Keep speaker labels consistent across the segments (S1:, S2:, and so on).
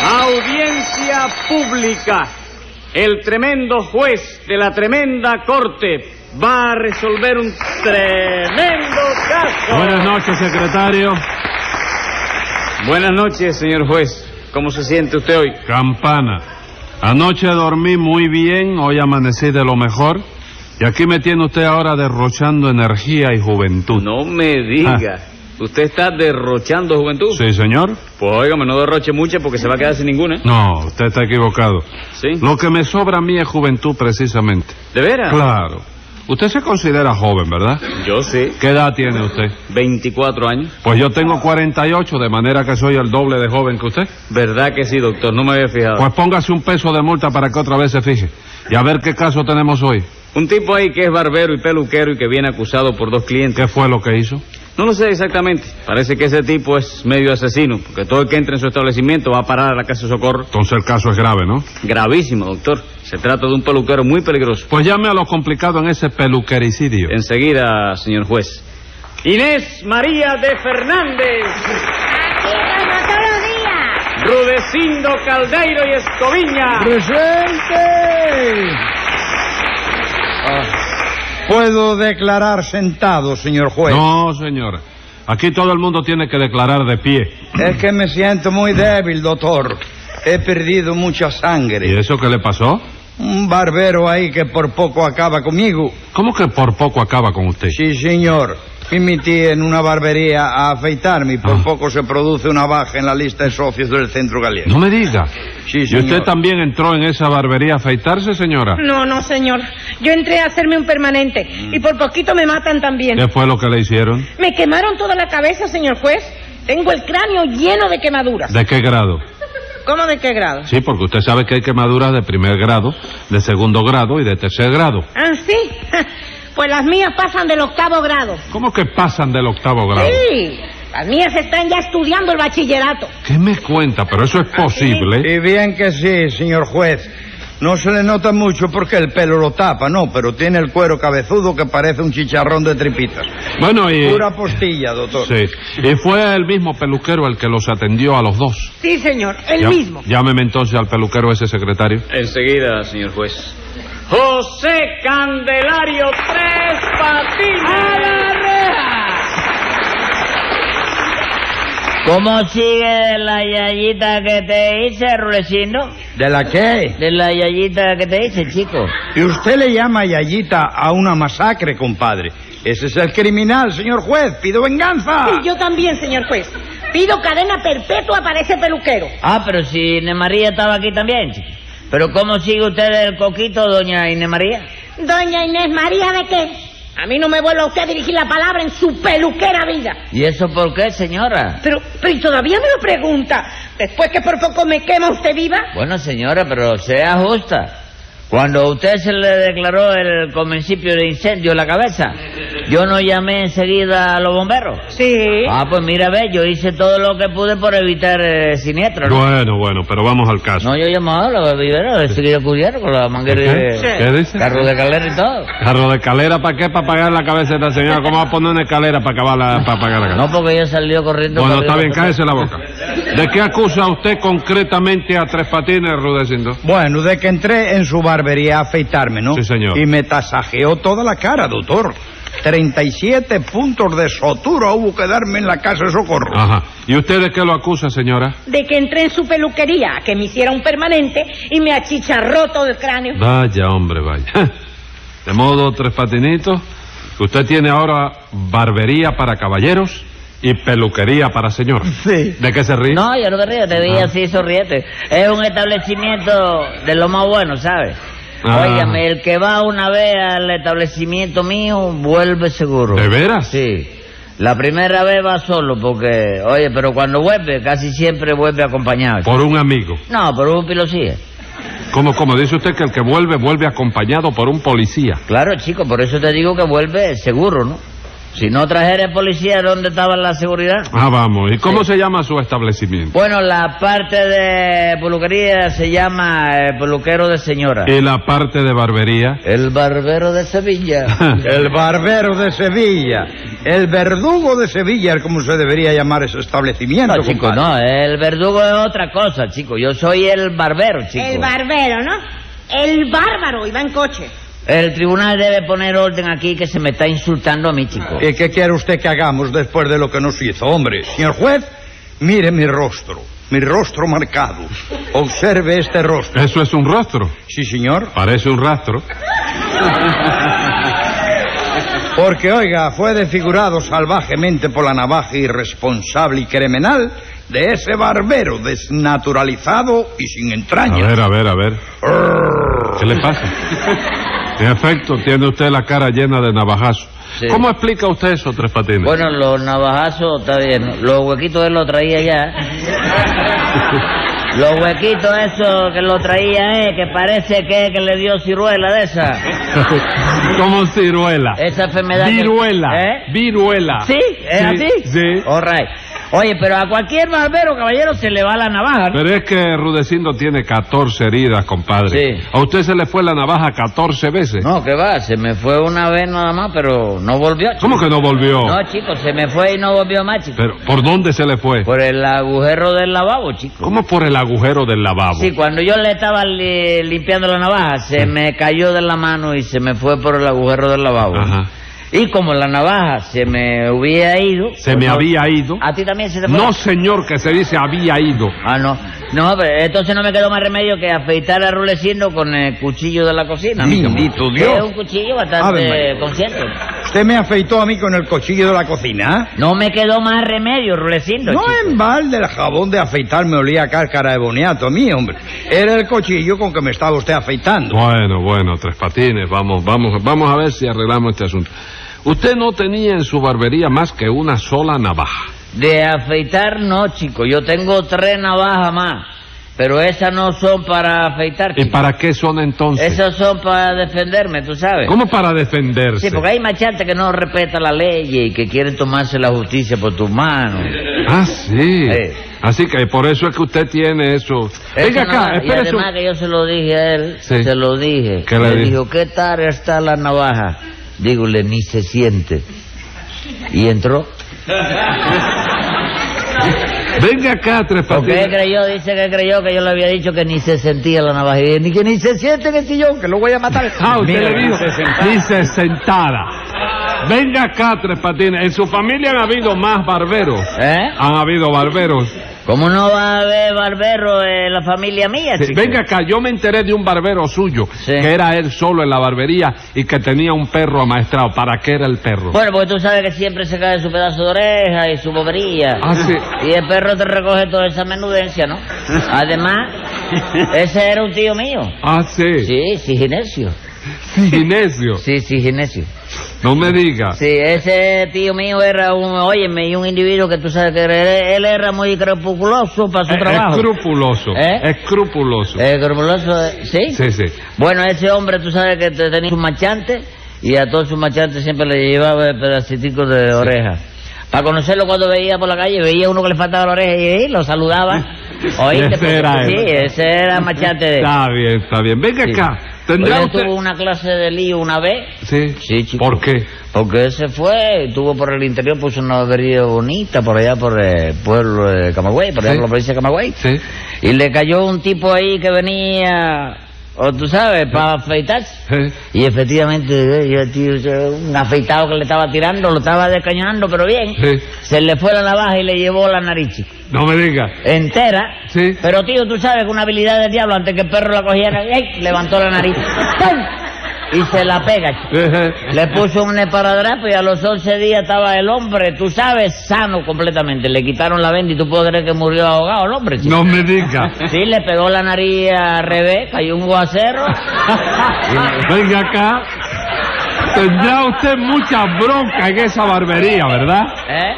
S1: Audiencia pública. El tremendo juez de la tremenda corte va a resolver un tremendo caso.
S2: Buenas noches, secretario.
S1: Buenas noches, señor juez. ¿Cómo se siente usted hoy?
S2: Campana. Anoche dormí muy bien, hoy amanecí de lo mejor. Y aquí me tiene usted ahora derrochando energía y juventud.
S1: No me diga. Ah. ¿Usted está derrochando juventud?
S2: ¿Sí, señor?
S1: Pues óigame, no derroche mucha porque se va a quedar sin ninguna. ¿eh?
S2: No, usted está equivocado.
S1: ¿Sí?
S2: Lo que me sobra a mí es juventud, precisamente.
S1: ¿De veras?
S2: Claro. Usted se considera joven, ¿verdad?
S1: Yo sí.
S2: ¿Qué edad tiene usted?
S1: 24 años.
S2: Pues yo tengo 48, de manera que soy el doble de joven que usted.
S1: ¿Verdad que sí, doctor? No me había fijado.
S2: Pues póngase un peso de multa para que otra vez se fije. Y a ver qué caso tenemos hoy.
S1: Un tipo ahí que es barbero y peluquero y que viene acusado por dos clientes.
S2: ¿Qué fue lo que hizo?
S1: No lo sé exactamente. Parece que ese tipo es medio asesino, porque todo el que entre en su establecimiento va a parar a la casa de socorro.
S2: Entonces el caso es grave, ¿no?
S1: Gravísimo, doctor. Se trata de un peluquero muy peligroso.
S2: Pues llame a lo complicado en ese peluquericidio.
S1: Enseguida, señor juez. Inés María de Fernández,
S3: Como todos los días.
S1: Rudecindo Caldeiro y Escoviña.
S4: ¡Presente! Puedo declarar sentado, señor juez.
S2: No, señora. Aquí todo el mundo tiene que declarar de pie.
S4: Es que me siento muy débil, doctor. He perdido mucha
S2: ¿Y
S4: sangre.
S2: eso qué le pasó?
S4: Un barbero ahí que por poco acaba conmigo.
S2: ¿Cómo que por poco acaba con usted?
S4: Sí, señor. Fui mi tía en una barbería a afeitarme y por
S2: Ah.
S4: poco se produce una baja en la lista de socios del centro gallego.
S2: No me diga.
S4: Sí,
S2: ¿Y
S4: señor.
S2: usted también entró en esa barbería a afeitarse, señora?
S5: No, no, señor. Yo entré a hacerme un permanente y por poquito me matan también.
S2: ¿Qué fue lo que le hicieron?
S5: Me quemaron toda la cabeza, señor juez. Tengo el cráneo lleno de quemaduras.
S2: ¿De qué grado?
S5: ¿Cómo de qué grado?
S2: Sí, porque usted sabe que hay quemaduras de primer grado, de segundo grado y de tercer grado.
S5: Ah, sí. Pues las mías pasan del octavo grado.
S2: ¿Cómo que pasan del octavo grado?
S5: Sí. Las mías están ya estudiando el bachillerato.
S2: ¿Qué me cuenta? Pero eso es posible.
S4: Y bien que sí, señor juez. No se le nota mucho porque el pelo lo tapa, no, pero tiene el cuero cabezudo que parece un chicharrón de tripitas.
S2: Bueno, y...
S4: Pura postilla, doctor.
S2: Sí. Y fue el mismo peluquero el que los atendió a los dos.
S5: Sí, señor. El
S2: Ya-
S5: mismo.
S2: Llámeme entonces al peluquero ese secretario.
S1: Enseguida, señor juez. José Candelario Tres Patines.
S6: ¿Cómo sigue de la yayita que te hice, Rulecino?
S4: ¿De la qué?
S6: De la yayita que te hice, chico.
S4: Y usted le llama Yayita a una masacre, compadre. Ese es el criminal, señor juez. Pido venganza.
S5: Y yo también, señor juez. Pido cadena perpetua para ese peluquero.
S6: Ah, pero si Inés María estaba aquí también, chico. Pero ¿cómo sigue usted el coquito, doña Inés María?
S5: Doña Inés María, ¿de qué? A mí no me vuelva usted a dirigir la palabra en su peluquera vida.
S6: ¿Y eso por qué, señora?
S5: Pero, pero y todavía me lo pregunta. Después que por poco me quema usted viva.
S6: Bueno, señora, pero sea justa. Cuando a usted se le declaró el comencipio de incendio en la cabeza, yo no llamé enseguida a los bomberos.
S5: Sí.
S6: Ah, pues mira, ve, yo hice todo lo que pude por evitar eh, siniestro. ¿no?
S2: Bueno, bueno, pero vamos al caso.
S6: No, yo llamaba a los viveros, enseguida cubrieron con la manguera
S2: ¿Qué?
S6: de...
S2: ¿Qué dice?
S6: Carro de calera y todo.
S2: Carro de escalera, ¿para qué? ¿Para pagar la cabeza de la señora? ¿Cómo va a poner una escalera para, acabar la, para pagar la cabeza?
S6: No, porque ella salió corriendo...
S2: bueno,
S6: para
S2: está bien,
S6: arriba.
S2: cállese la boca. ¿De qué acusa usted concretamente a Tres Patines, Rudecindo?
S4: Bueno, de que entré en su barbería a afeitarme, ¿no?
S2: Sí, señor.
S4: Y me tasajeó toda la cara, doctor. 37 puntos de sotura hubo que darme en la casa de socorro.
S2: Ajá. ¿Y usted de qué lo acusa, señora?
S5: De que entré en su peluquería, que me hiciera un permanente y me achicharró todo el cráneo.
S2: Vaya, hombre, vaya. De modo, Tres Patinitos, que usted tiene ahora barbería para caballeros y peluquería para señoras.
S4: Sí.
S2: ¿De qué se ríe?
S6: No, yo no me río, te
S2: Ah.
S6: vi así sonriente. Es un establecimiento de lo más bueno, ¿sabes?
S2: Ah.
S6: Óigame, el que va una vez al establecimiento mío vuelve seguro.
S2: ¿De veras?
S6: Sí. La primera vez va solo porque, oye, pero cuando vuelve, casi siempre vuelve acompañado.
S2: Por un amigo.
S6: No, pero un pilosía.
S2: ¿Cómo, cómo? Dice usted que el que vuelve, vuelve acompañado por un policía.
S6: Claro, chico, por eso te digo que vuelve seguro, ¿no? Si no trajera policía, ¿dónde estaba la seguridad?
S2: Ah, vamos. ¿Y cómo se llama su establecimiento?
S6: Bueno, la parte de peluquería se llama eh, peluquero de señora.
S2: ¿Y la parte de barbería?
S6: El barbero de Sevilla.
S4: El barbero de Sevilla. El verdugo de Sevilla es como se debería llamar ese establecimiento.
S6: No, chico,
S4: compadre.
S6: no, el verdugo es otra cosa, chico. Yo soy el barbero, chico.
S5: El barbero, ¿no? El bárbaro, y va en coche.
S6: El tribunal debe poner orden aquí que se me está insultando a mí, chico.
S4: ¿Y qué quiere usted que hagamos después de lo que nos hizo, hombre? Señor juez, mire mi rostro, mi rostro marcado. Observe este rostro.
S2: Eso es un rostro.
S4: Sí, señor.
S2: Parece un rastro.
S4: Porque, oiga, fue desfigurado salvajemente por la navaja irresponsable y criminal de ese barbero desnaturalizado y sin
S2: A
S4: entrañas.
S2: ver, a ver, a ver. ¿Qué le pasa? En efecto, tiene usted la cara llena de navajazos.
S6: Sí.
S2: ¿Cómo explica usted eso, Tres Patines?
S6: Bueno, los navajazos, está bien. Los huequitos él lo traía ya. Los huequitos esos que lo traía, eh, que parece que, que le dio ciruela de esa.
S2: ¿Cómo ciruela?
S6: Esa enfermedad. que-
S2: Viruela.
S6: ¿Eh?
S2: Viruela.
S6: ¿Sí? ¿Es
S2: Sí,
S6: así? Oh.
S2: sí.
S6: All right. Oye, pero a cualquier barbero, caballero, se le va la navaja, ¿no?
S2: Pero es que Rudecindo tiene 14 heridas, compadre.
S6: Sí.
S2: A usted se le fue la navaja 14 veces.
S6: No, que va, se me fue una vez nada más, pero no volvió. chico.
S2: ¿Cómo que no volvió?
S6: No, chico, se me fue y no volvió más, chico.
S2: Pero, ¿por dónde se le fue?
S6: Por el agujero del lavabo, chico.
S2: ¿Cómo por el agujero del lavabo?
S6: Sí, cuando yo le estaba li- limpiando la navaja, se me cayó de la mano y se me fue por el agujero del lavabo.
S2: Ajá.
S6: Y como la navaja se me hubiera ido...
S2: Se me
S6: pues,
S2: había ido.
S6: ¿A ti también se te fue?
S2: No, señor, que se dice había ido.
S6: Ah, no. No, pero entonces no me quedó más remedio que afeitar a Rulecindo con el cuchillo de la cocina. amigo.
S4: Bendito Dios.
S6: Es un cuchillo
S4: Ave
S6: bastante
S4: María.
S6: consciente.
S4: Usted me afeitó a mí con el cuchillo de la cocina. ¿eh?
S6: No me quedó más remedio, Rulecindo.
S4: No
S6: chico.
S4: en balde el jabón de afeitar me olía a cáscara de boniato a mí, hombre. Era el cuchillo con que me estaba usted afeitando.
S2: Bueno, bueno, Tres Patines, vamos, vamos, vamos a ver si arreglamos este asunto. Usted no tenía en su barbería más que una sola navaja.
S6: De afeitar no, chico. Yo tengo tres navajas más. Pero esas no son para afeitar,
S2: ¿Y
S6: chico.
S2: para qué son entonces?
S6: Esas son para defenderme, tú sabes.
S2: ¿Cómo para defenderse?
S6: Sí, porque hay machante que no respeta la ley y que quiere tomarse la justicia por tus manos.
S2: Ah, sí.
S6: Eh.
S2: Así que por eso es que usted tiene eso. Venga
S6: Esa
S2: acá,
S6: navaja- Y
S2: espérese. un-
S6: además que yo se lo dije a él,
S2: Sí.
S6: se lo dije.
S2: ¿Qué le dijo?
S6: dijo, ¿qué tal está la navaja? Dígole, ni se siente. Y entró.
S2: Venga acá, Tres
S6: ¿Por qué
S2: Patines.
S6: creyó? Dice que creyó que yo le había dicho que ni se sentía la navaja. Y dije, ni que ni se siente en el sillón, que lo voy a matar.
S2: Ah, usted
S4: Mira,
S2: le dijo.
S4: dice sentada.
S2: Dice sentada. Venga acá, Tres Patines. En su familia han habido más barberos.
S6: ¿Eh?
S2: Han habido barberos.
S6: ¿Cómo no va a haber barbero en la familia mía,
S2: Sí,
S6: chico?
S2: Venga acá, yo me enteré de un barbero suyo,
S6: Sí.
S2: que era él solo en la barbería y que tenía un perro amaestrado. ¿Para qué era el perro?
S6: Bueno, porque tú sabes que siempre se cae su pedazo de oreja y su bobería.
S2: Ah, sí.
S6: Y el perro te recoge toda esa menudencia, ¿no? Además, ese era un tío mío.
S2: Ah, sí.
S6: Sí, sí, Ginesio.
S2: Ginesio.
S6: Sí, sí, Ginesio.
S2: No me diga.
S6: Sí, ese tío mío era un, óyeme, y un individuo que tú sabes que era- él, él era muy crepusculoso para su
S2: Eh,
S6: trabajo.
S2: Escrupuloso.
S6: ¿Eh?
S2: Escrupuloso.
S6: Eh, crepusculoso, eh, ¿sí?
S2: Sí, sí.
S6: Bueno, ese hombre, tú sabes que te- tenía un machante y a todos sus machantes siempre le llevaba pedacitos de oreja. Para conocerlo cuando veía por la calle, veía uno que le faltaba la oreja y, eh, lo saludaba.
S2: Ese
S6: Porque-
S2: era él.
S6: sí, ese era machante de...
S2: Está bien, está bien. Venga
S6: Sí.
S2: acá.
S6: Oye,
S2: ¿Tendrá
S6: él
S2: usted...?
S6: tuvo una clase de lío una vez
S2: Sí.
S6: Sí, chico.
S2: ¿Por qué?
S6: porque ese fue, tuvo por el interior, puso una barbería bonita por allá por el pueblo de Camagüey, por allá
S2: Sí.
S6: por la provincia de Camagüey.
S2: Sí.
S6: Y le cayó un tipo ahí que venía, o tú sabes, para afeitarse.
S2: Sí.
S6: Y efectivamente, eh, yo, tío, yo, un afeitado que le estaba tirando, lo estaba descañonando, pero bien.
S2: Sí.
S6: Se le fue la navaja y le llevó la nariz, chico.
S2: No me diga.
S6: Entera.
S2: Sí.
S6: Pero, tío, tú sabes que una habilidad del diablo, antes que el perro la cogiera, ¡ey! levantó la nariz. ¡Pum! Y se la pega, chico. Le puso un esparadrapo y a los 11 días estaba el hombre, tú sabes, sano completamente. Le quitaron la venda y tú puedes creer que murió ahogado el hombre, chico.
S2: No me diga.
S6: Sí, le pegó la nariz a revés, cayó un guacero.
S2: Venga acá. Tendrá usted mucha bronca en esa barbería, ¿verdad?
S6: ¿Eh?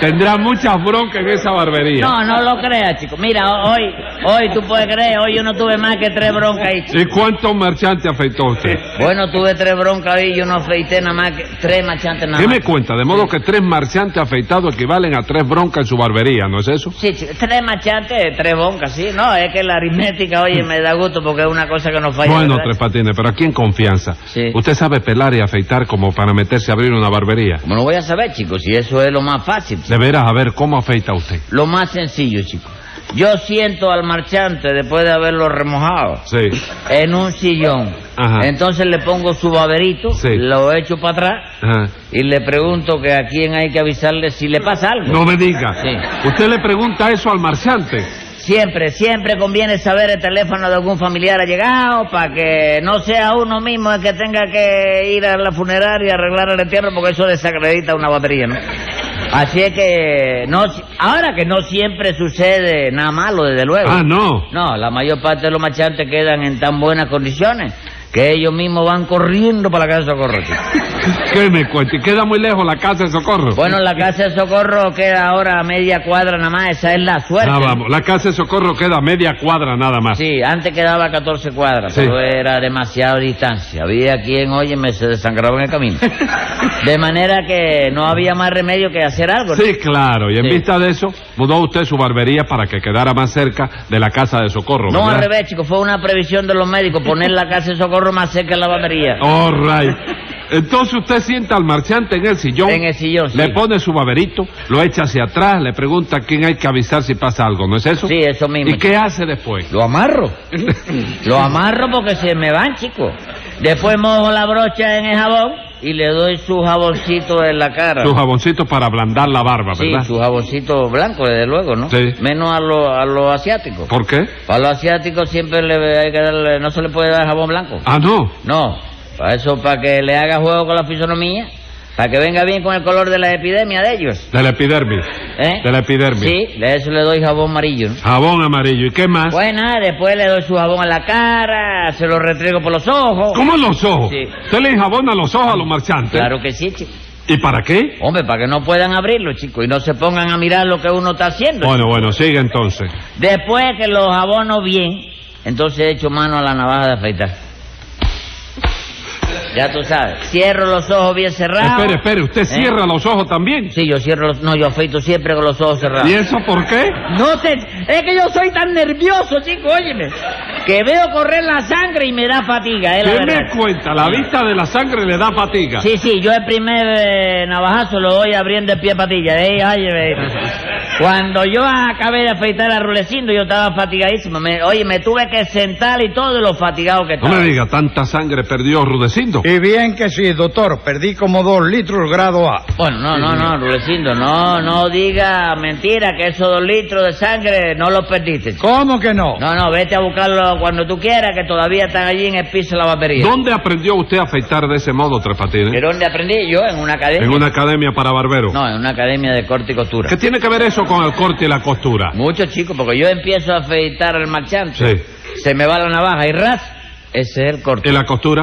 S2: Tendrá muchas broncas en esa barbería.
S6: No, no lo creas, chico. Mira, ho- hoy, hoy tú puedes creer, hoy yo no tuve más que tres broncas ahí, chico.
S2: ¿Y cuántos marchantes afectó usted?
S6: Bueno, tuve tres broncas ahí, yo no afeité nada más que tres machantes nada
S2: ¿Qué
S6: más.
S2: me cuenta? De modo que tres marchantes afeitados equivalen a tres broncas en su barbería, ¿no es eso?
S6: Sí, chico, tres machantes, tres broncas, sí. No, es que la aritmética, oye, me da gusto porque es una cosa que no falla.
S2: Mm. bueno,
S6: ¿verdad?
S2: Tres Patines, pero aquí en confianza.
S6: Sí.
S2: Usted sabe pelar y afeitar como para meterse a abrir una barbería.
S6: ¿Cómo lo voy a saber, chico? Si eso es lo más fácil.
S2: De veras, a ver, ¿cómo afeita usted?
S6: Lo más sencillo, chico. Yo siento al marchante después de haberlo remojado
S2: Sí.
S6: en un sillón.
S2: Ajá.
S6: Entonces le pongo su baberito,
S2: Sí.
S6: lo echo para atrás
S2: Ah.
S6: y le pregunto que a quién hay que avisarle si le pasa algo.
S2: No me diga.
S6: Sí.
S2: Usted le pregunta eso al marchante.
S6: Siempre, siempre conviene saber el teléfono de algún familiar allegado para que no sea uno mismo el que tenga que ir a la funeraria a arreglar el entierro porque eso desacredita una batería, ¿no? Así es que no, si- ahora que no siempre sucede nada malo, desde luego.
S2: Ah, no.
S6: No, la mayor parte de los machantes quedan en tan buenas condiciones que ellos mismos van corriendo para la casa de socorro. chico.
S2: ¿Qué me cuenta? ¿Y queda muy lejos la casa de socorro?
S6: Bueno, la casa de socorro queda ahora a media cuadra nada más, esa es la suerte.
S2: Ah, vamos. La casa de socorro queda a media cuadra nada más.
S6: Sí, antes quedaba 14 cuadras,
S2: Sí.
S6: pero era demasiada distancia. Había quien, óyeme, se desangraba en el camino. De manera que no había más remedio que hacer algo. ¿no?
S2: Sí, claro. Y en
S6: Sí.
S2: vista de eso, mudó usted su barbería para que quedara más cerca de la casa de socorro.
S6: No, al
S2: ¿verdad?
S6: revés, chico, fue una previsión de los médicos poner la casa de socorro más cerca de la batería.
S2: All right. Entonces usted sienta al marchante en el sillón.
S6: En el sillón, sí.
S2: Le pone su baberito, lo echa hacia atrás, le pregunta a quién hay que avisar si pasa algo, ¿no es eso?
S6: Sí, eso mismo.
S2: ¿Y qué hace después?
S6: Lo amarro. Lo amarro porque se me van, chico. Después mojo la brocha en el jabón y le doy su jaboncito en la cara.
S2: Su jaboncito para ablandar la barba,
S6: Sí,
S2: ¿verdad?
S6: su jaboncito blanco, desde luego, ¿no?
S2: Sí.
S6: Menos a los a los asiáticos.
S2: ¿Por qué?
S6: A los asiáticos siempre le hay que darle- no se le puede dar jabón blanco.
S2: Ah, no.
S6: No, para eso, para que le haga juego con la fisonomía, para que venga bien con el color de la epidemia de ellos.
S2: De la epidermis.
S6: ¿eh?
S2: De la epidermis.
S6: Sí, de eso le doy jabón amarillo. ¿no?
S2: Jabón amarillo. ¿Y qué más?
S6: Pues nada, después le doy su jabón a la cara, se lo retriego por los ojos.
S2: ¿Cómo los ojos?
S6: Sí.
S2: ¿Usted le enjabona los ojos a los marchantes?
S6: Claro que sí, chico.
S2: ¿Y para qué?
S6: Hombre, para que no puedan abrirlo, chicos, y no se pongan a mirar lo que uno está haciendo.
S2: Bueno, bueno, sigue entonces.
S6: Después que los abono bien, entonces echo mano a la navaja de afeitar. Ya tú sabes. Cierro los ojos bien cerrados.
S2: Espere, espere, ¿usted
S6: ¿Eh?
S2: cierra los ojos también?
S6: Sí, yo cierro los... No, yo afeito siempre con los ojos cerrados.
S2: ¿Y eso por qué?
S6: No te... Es que yo soy tan nervioso, chico, óyeme. Que veo correr la sangre y me da fatiga, eh, la
S2: ¿Qué me
S6: verdad.
S2: cuenta? La vista de la sangre le da fatiga.
S6: Sí, sí, yo el primer eh, navajazo lo doy abriendo el pie patilla. ¿eh? Ay, eh, Cuando yo acabé de afeitar a Rulecindo, yo estaba fatigadísimo. Me- oye, me tuve que sentar y todo de lo fatigado que
S2: No
S6: estaba.
S2: me diga, tanta sangre perdió Rudecindo.
S4: Y bien que sí, doctor. Perdí como dos litros grado A.
S6: Bueno, no, no, no, Rulecindo, no, no diga mentira que esos dos litros de sangre no los perdiste. chico.
S4: ¿Cómo que no?
S6: No, no, vete a buscarlo cuando tú quieras, que todavía están allí en el piso de la barbería.
S2: ¿Dónde aprendió usted a afeitar de ese modo, Tres Patines?
S6: ¿De dónde aprendí? Yo, en una academia.
S2: En una academia para barberos.
S6: ¿eh? No, en una academia de corte y costura.
S2: ¿Qué tiene que ver eso con el corte y la costura?
S6: Mucho, chico, porque yo empiezo a afeitar al marchante.
S2: Sí.
S6: Se me va la navaja y ras, ese es el corte.
S2: ¿Y la costura?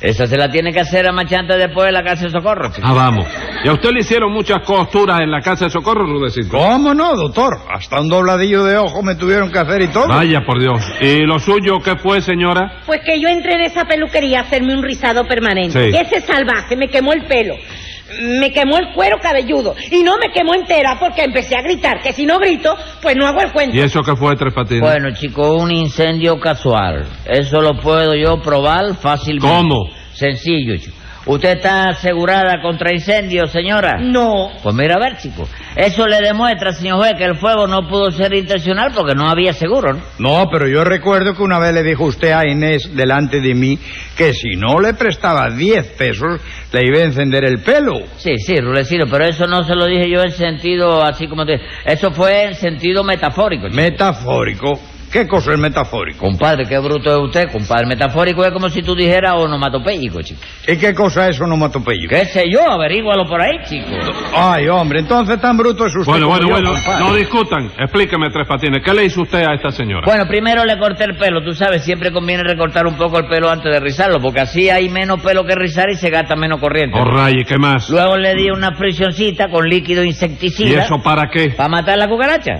S6: Esa se la tiene que hacer al marchante después de la casa de socorro, chico.
S2: Ah, vamos. ¿Y a usted le hicieron muchas costuras en la casa de socorro, Rudecindo?
S4: ¿Cómo no, doctor? Hasta un dobladillo de ojo me tuvieron que hacer y todo.
S2: Vaya, por Dios. ¿Y lo suyo qué fue, señora?
S5: Pues que yo entré en esa peluquería a hacerme un rizado
S2: Sí.
S5: permanente. Y ese salvaje me quemó el pelo. Me quemó el cuero cabelludo. Y no me quemó entera porque empecé a gritar. Que si no grito, pues no hago el cuento.
S2: ¿Y eso qué fue, Tres Patines?
S6: Bueno, chico, un incendio casual. Eso lo puedo yo probar fácilmente.
S2: ¿Cómo?
S6: Sencillo, chico. ¿Usted está asegurada contra incendios, señora?
S5: No.
S6: Pues mira, a ver, chico. Eso le demuestra, señor juez, que el fuego no pudo ser intencional porque no había seguro, ¿no?
S4: No, pero yo recuerdo que una vez le dijo usted a Inés delante de mí que si no le prestaba 10 pesos le iba a encender el pelo.
S6: Sí, sí, Rulecino, pero eso no se lo dije yo en sentido así como te... Eso fue en sentido metafórico. chico.
S4: Metafórico. ¿Qué cosa es metafórico?
S6: Compadre, qué bruto es usted, compadre. Metafórico es como si tú dijeras onomatopéyico, chico.
S4: ¿Y qué cosa es onomatopeyo?
S6: ¿Qué sé yo? Averígualo por ahí, chico.
S4: Ay, hombre, entonces tan bruto es usted.
S2: Bueno,
S4: como
S2: bueno,
S4: yo,
S2: bueno,
S4: compadre.
S2: no discutan. Explíqueme, Tres Patines, ¿qué le hizo usted a esta señora?
S6: Bueno, primero le corté el pelo. Tú sabes, siempre conviene recortar un poco el pelo antes de rizarlo, porque así hay menos pelo que rizar y se gasta menos corriente.
S2: Oh, rayos, ¿qué más?
S6: Luego le di una friccioncita con líquido insecticida.
S2: ¿Y eso para qué?
S6: ¿Para matar la cucaracha?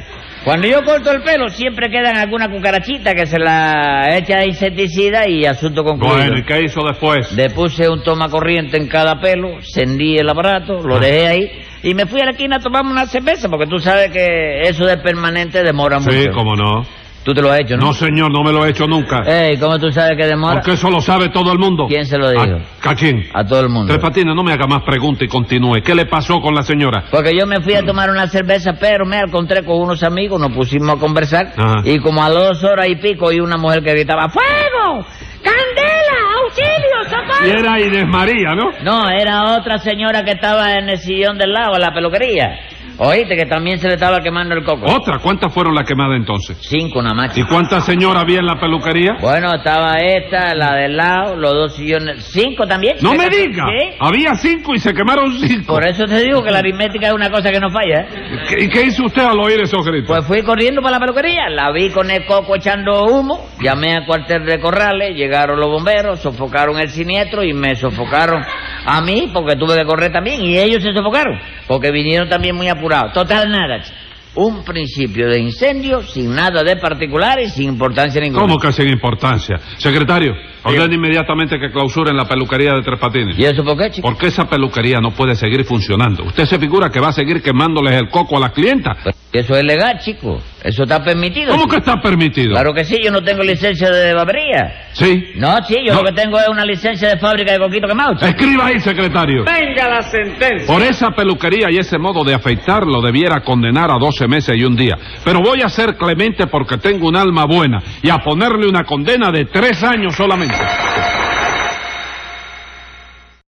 S6: Cuando yo corto el pelo, siempre quedan alguna cucarachita que se la echa de insecticida y asunto concluido.
S2: Bueno, ¿y qué hizo después?
S6: Le puse un toma corriente en cada pelo, encendí el aparato,
S2: Ah.
S6: lo dejé ahí y me fui a la esquina a tomarme una cerveza, porque tú sabes que eso de permanente demora mucho.
S2: Sí, cómo no.
S6: Tú te lo has hecho, ¿no?
S2: No, señor, no me lo he hecho nunca.
S6: Ey, ¿cómo tú sabes que demora?
S2: Porque eso lo sabe todo el mundo.
S6: ¿Quién se lo dijo?
S2: ¿A, a quién?
S6: A todo el mundo.
S2: Tres Patines, no me haga más preguntas y continúe. ¿Qué le pasó con la señora?
S6: Porque yo me fui a tomar una cerveza, pero me encontré con unos amigos, nos pusimos a conversar
S2: Ajá.
S6: y como a dos horas y pico y una mujer que gritaba ¡Fuego! ¡Candela! ¡Auxilio!
S2: Y
S6: ¡Socorro!
S2: era Inés María, ¿no?
S6: No, era otra señora que estaba en el sillón del lado, en la peluquería. Oíste que también se le estaba quemando el coco.
S2: Otra, ¿cuántas fueron las quemadas entonces?
S6: Cinco nada más.
S2: ¿Y cuántas señoras había en la peluquería?
S6: Bueno, estaba esta, la del lado, los dos sillones. Cinco también.
S2: No
S6: ¿Qué
S2: me
S6: pasó?
S2: diga.
S6: ¿Sí?
S2: Había cinco y se quemaron cinco.
S6: Por eso te digo que la aritmética es una cosa que no falla. ¿eh?
S2: ¿Qué- ¿Y qué hizo usted al oír esos gritos?
S6: Pues fui corriendo para la peluquería, la vi con el coco echando humo, llamé al cuartel de Corrales, llegaron los bomberos, sofocaron el siniestro y me sofocaron a mí porque tuve que correr también y ellos se sofocaron porque vinieron también muy apurados. Total nada, ch- un principio de incendio sin nada de particular y sin importancia ninguna.
S2: ¿Cómo que sin importancia? Secretario, ordene inmediatamente que clausuren la peluquería de Tres Patines.
S6: ¿Y eso por qué, chico?
S2: Porque esa peluquería no puede seguir funcionando. Usted se figura que va a seguir quemándoles el coco a las clientas.
S6: Pues Eso es legal, chico. Eso está permitido.
S2: ¿Cómo
S6: chico.
S2: que está permitido?
S6: Claro que sí, yo no tengo licencia de barbería.
S2: Sí.
S6: No, sí, yo
S2: No.
S6: lo que tengo es una licencia de fábrica de coquito quemado, chico.
S2: Escriba ahí, secretario.
S1: Venga la sentencia.
S2: Por esa peluquería y ese modo de afeitar lo debiera condenar a 12 meses y un día. Pero voy a ser clemente porque tengo un alma buena y a ponerle una condena de tres años solamente.